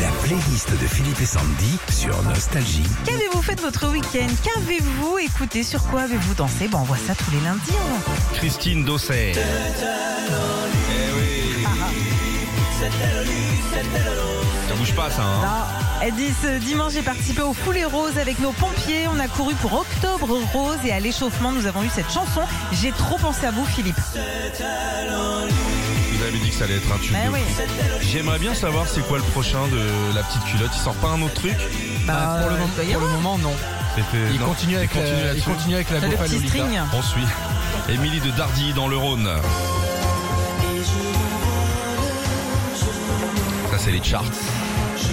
La playlist de Philippe et Sandy sur Nostalgie. Qu'avez-vous fait de votre week-end Qu'avez-vous écouté Sur quoi avez-vous dansé Bon, on voit ça tous les lundis. hein. Christine Eh Dosset. Ça bouge pas ça, hein Ah, elle dit ce dimanche, j'ai participé au Foulée Rose avec nos pompiers. On a couru pour Octobre Rose et à l'échauffement, nous avons eu cette chanson. J'ai trop pensé à vous, Philippe. Vous avez dit que ça allait être un Bah tube. Ben de oui. fou. J'aimerais bien savoir c'est quoi le prochain de la petite culotte. Il sort pas un autre truc Bah, pour le, moment- il doit y pour le avoir. moment, non. C'était- Il non, continue avec il continue la, il là-dessus. continue avec la le gaufre à petit Lolita. string. On suit. Émilie de Dardy dans le Rhône. Ça c'est les charts.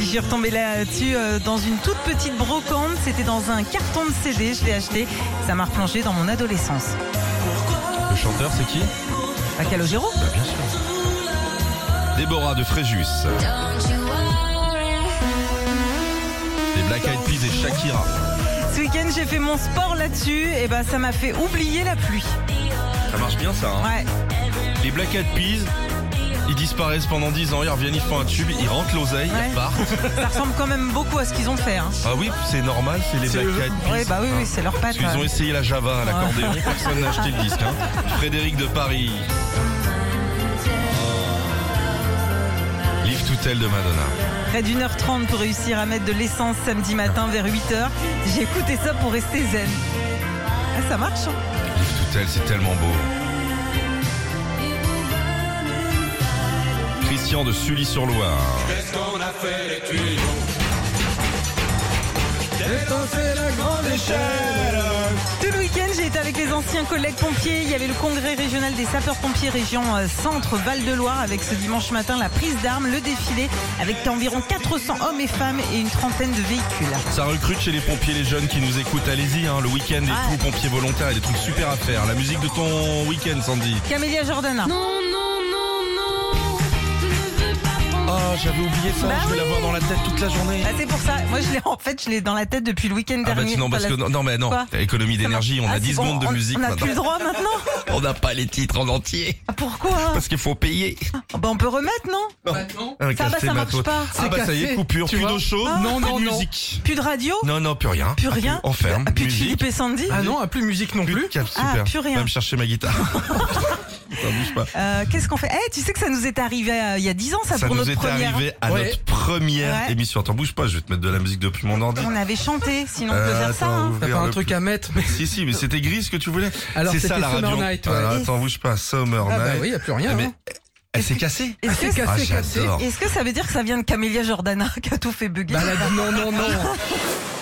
J'y retombée là-dessus euh, dans une toute petite brocante. C'était dans un carton de CD. Je l'ai acheté. Ça m'a replongé dans mon adolescence. Le chanteur c'est qui À Calogero Bien sûr. Déborah de Fréjus. Les Black Eyed Peas et Shakira. Ce week-end, j'ai fait mon sport là-dessus. Et ben, ça m'a fait oublier la pluie. Ça marche bien ça. Hein Ouais. Les Black Eyed Peas, ils disparaissent pendant 10 ans, ils reviennent, ils font un tube, ils rentrent l'oseille, Ouais. ils partent. Ça ressemble quand même beaucoup à ce qu'ils ont fait. hein. Ah oui, c'est normal, c'est les C'est Black eux. Eyed Peas. Oui, bah oui, oui, c'est leur patte. Parce qu'ils ont ouais. essayé la Java à l'accordéon, personne n'a acheté le disque. hein. Frédéric de Paris. Live to Tell de Madonna. Près d'une heure trente pour réussir à mettre de l'essence samedi matin vers 8h. J'ai écouté ça pour rester zen. Ah, ça marche. hein. Live to Tell, c'est tellement beau. Christian de Sully-sur-Loire. Tout le week-end, j'ai été avec les anciens collègues pompiers. Il y avait le congrès régional des sapeurs-pompiers région euh, Centre-Val de Loire avec ce dimanche matin la prise d'armes, le défilé avec environ 400 hommes et femmes et une trentaine de véhicules. Ça recrute chez les pompiers, les jeunes qui nous écoutent. Allez-y, hein, le week-end, des Ouais. trous pompiers volontaires, il y a des trucs super à faire. La musique de ton week-end, Sandy. Camélia Jordana. Non, non, non, non, ne veux pas prendre. Ah, j'avais oublié ça, Bah je vais oui. l'avoir dans la tête toute la journée. Ah, c'est pour ça. Moi, je l'ai en fait, je l'ai dans la tête depuis le week-end Ah bah dernier. non, parce Pas que la- non, non, mais non, Quoi économie d'énergie, on Ah, a c'est 10 bon, secondes de on- musique On n'a maintenant. plus le droit maintenant. On n'a pas les titres en entier, Ah, Pourquoi parce qu'il faut payer. Ah, bah, on peut remettre, non Un Ça, bah, café ça marche matos. pas. Ah C'est bah ça y est, cassé, coupure, tu plus vois. d'eau chaude, Ah. non, Non, non, plus de non. musique. Plus de radio Non, non, plus rien. Plus rien On ferme, Ah, Plus de musique. Philippe et Sandy Ah non, ah, plus musique non Plus plus. de cap, Ah, super. plus rien. Va me chercher ma guitare. ça bouge pas. Euh, Qu'est-ce qu'on fait Eh, tu sais que ça nous est arrivé euh, il y a 10 ans, ça, Ça pour nous notre est première. arrivé à Ouais. notre première Ouais. émission. Attends, bouge pas, je vais te mettre de la musique depuis mon ordi. On avait chanté, sinon on peut Euh, faire ça. attends, hein. ouvrir T'as pas un le truc plus- à mettre mais- Si, si, mais c'était gris ce que tu voulais. Alors, c'est ça c'était la Summer radio. Night, ouais. Alors, attends, bouge pas. Summer Ah bah Night. Eh, oui, y a plus rien. Mais hein. elle s'est cassée. Est-ce c'est que, cassé, cassé. Ah, j'adore. est-ce que ça veut dire que ça vient de Camélia Jordana qui a tout fait bugger Bah, elle a dit non, non, non.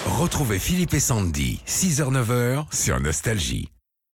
Retrouvez Philippe et Sandy, 6h-9h sur Nostalgie.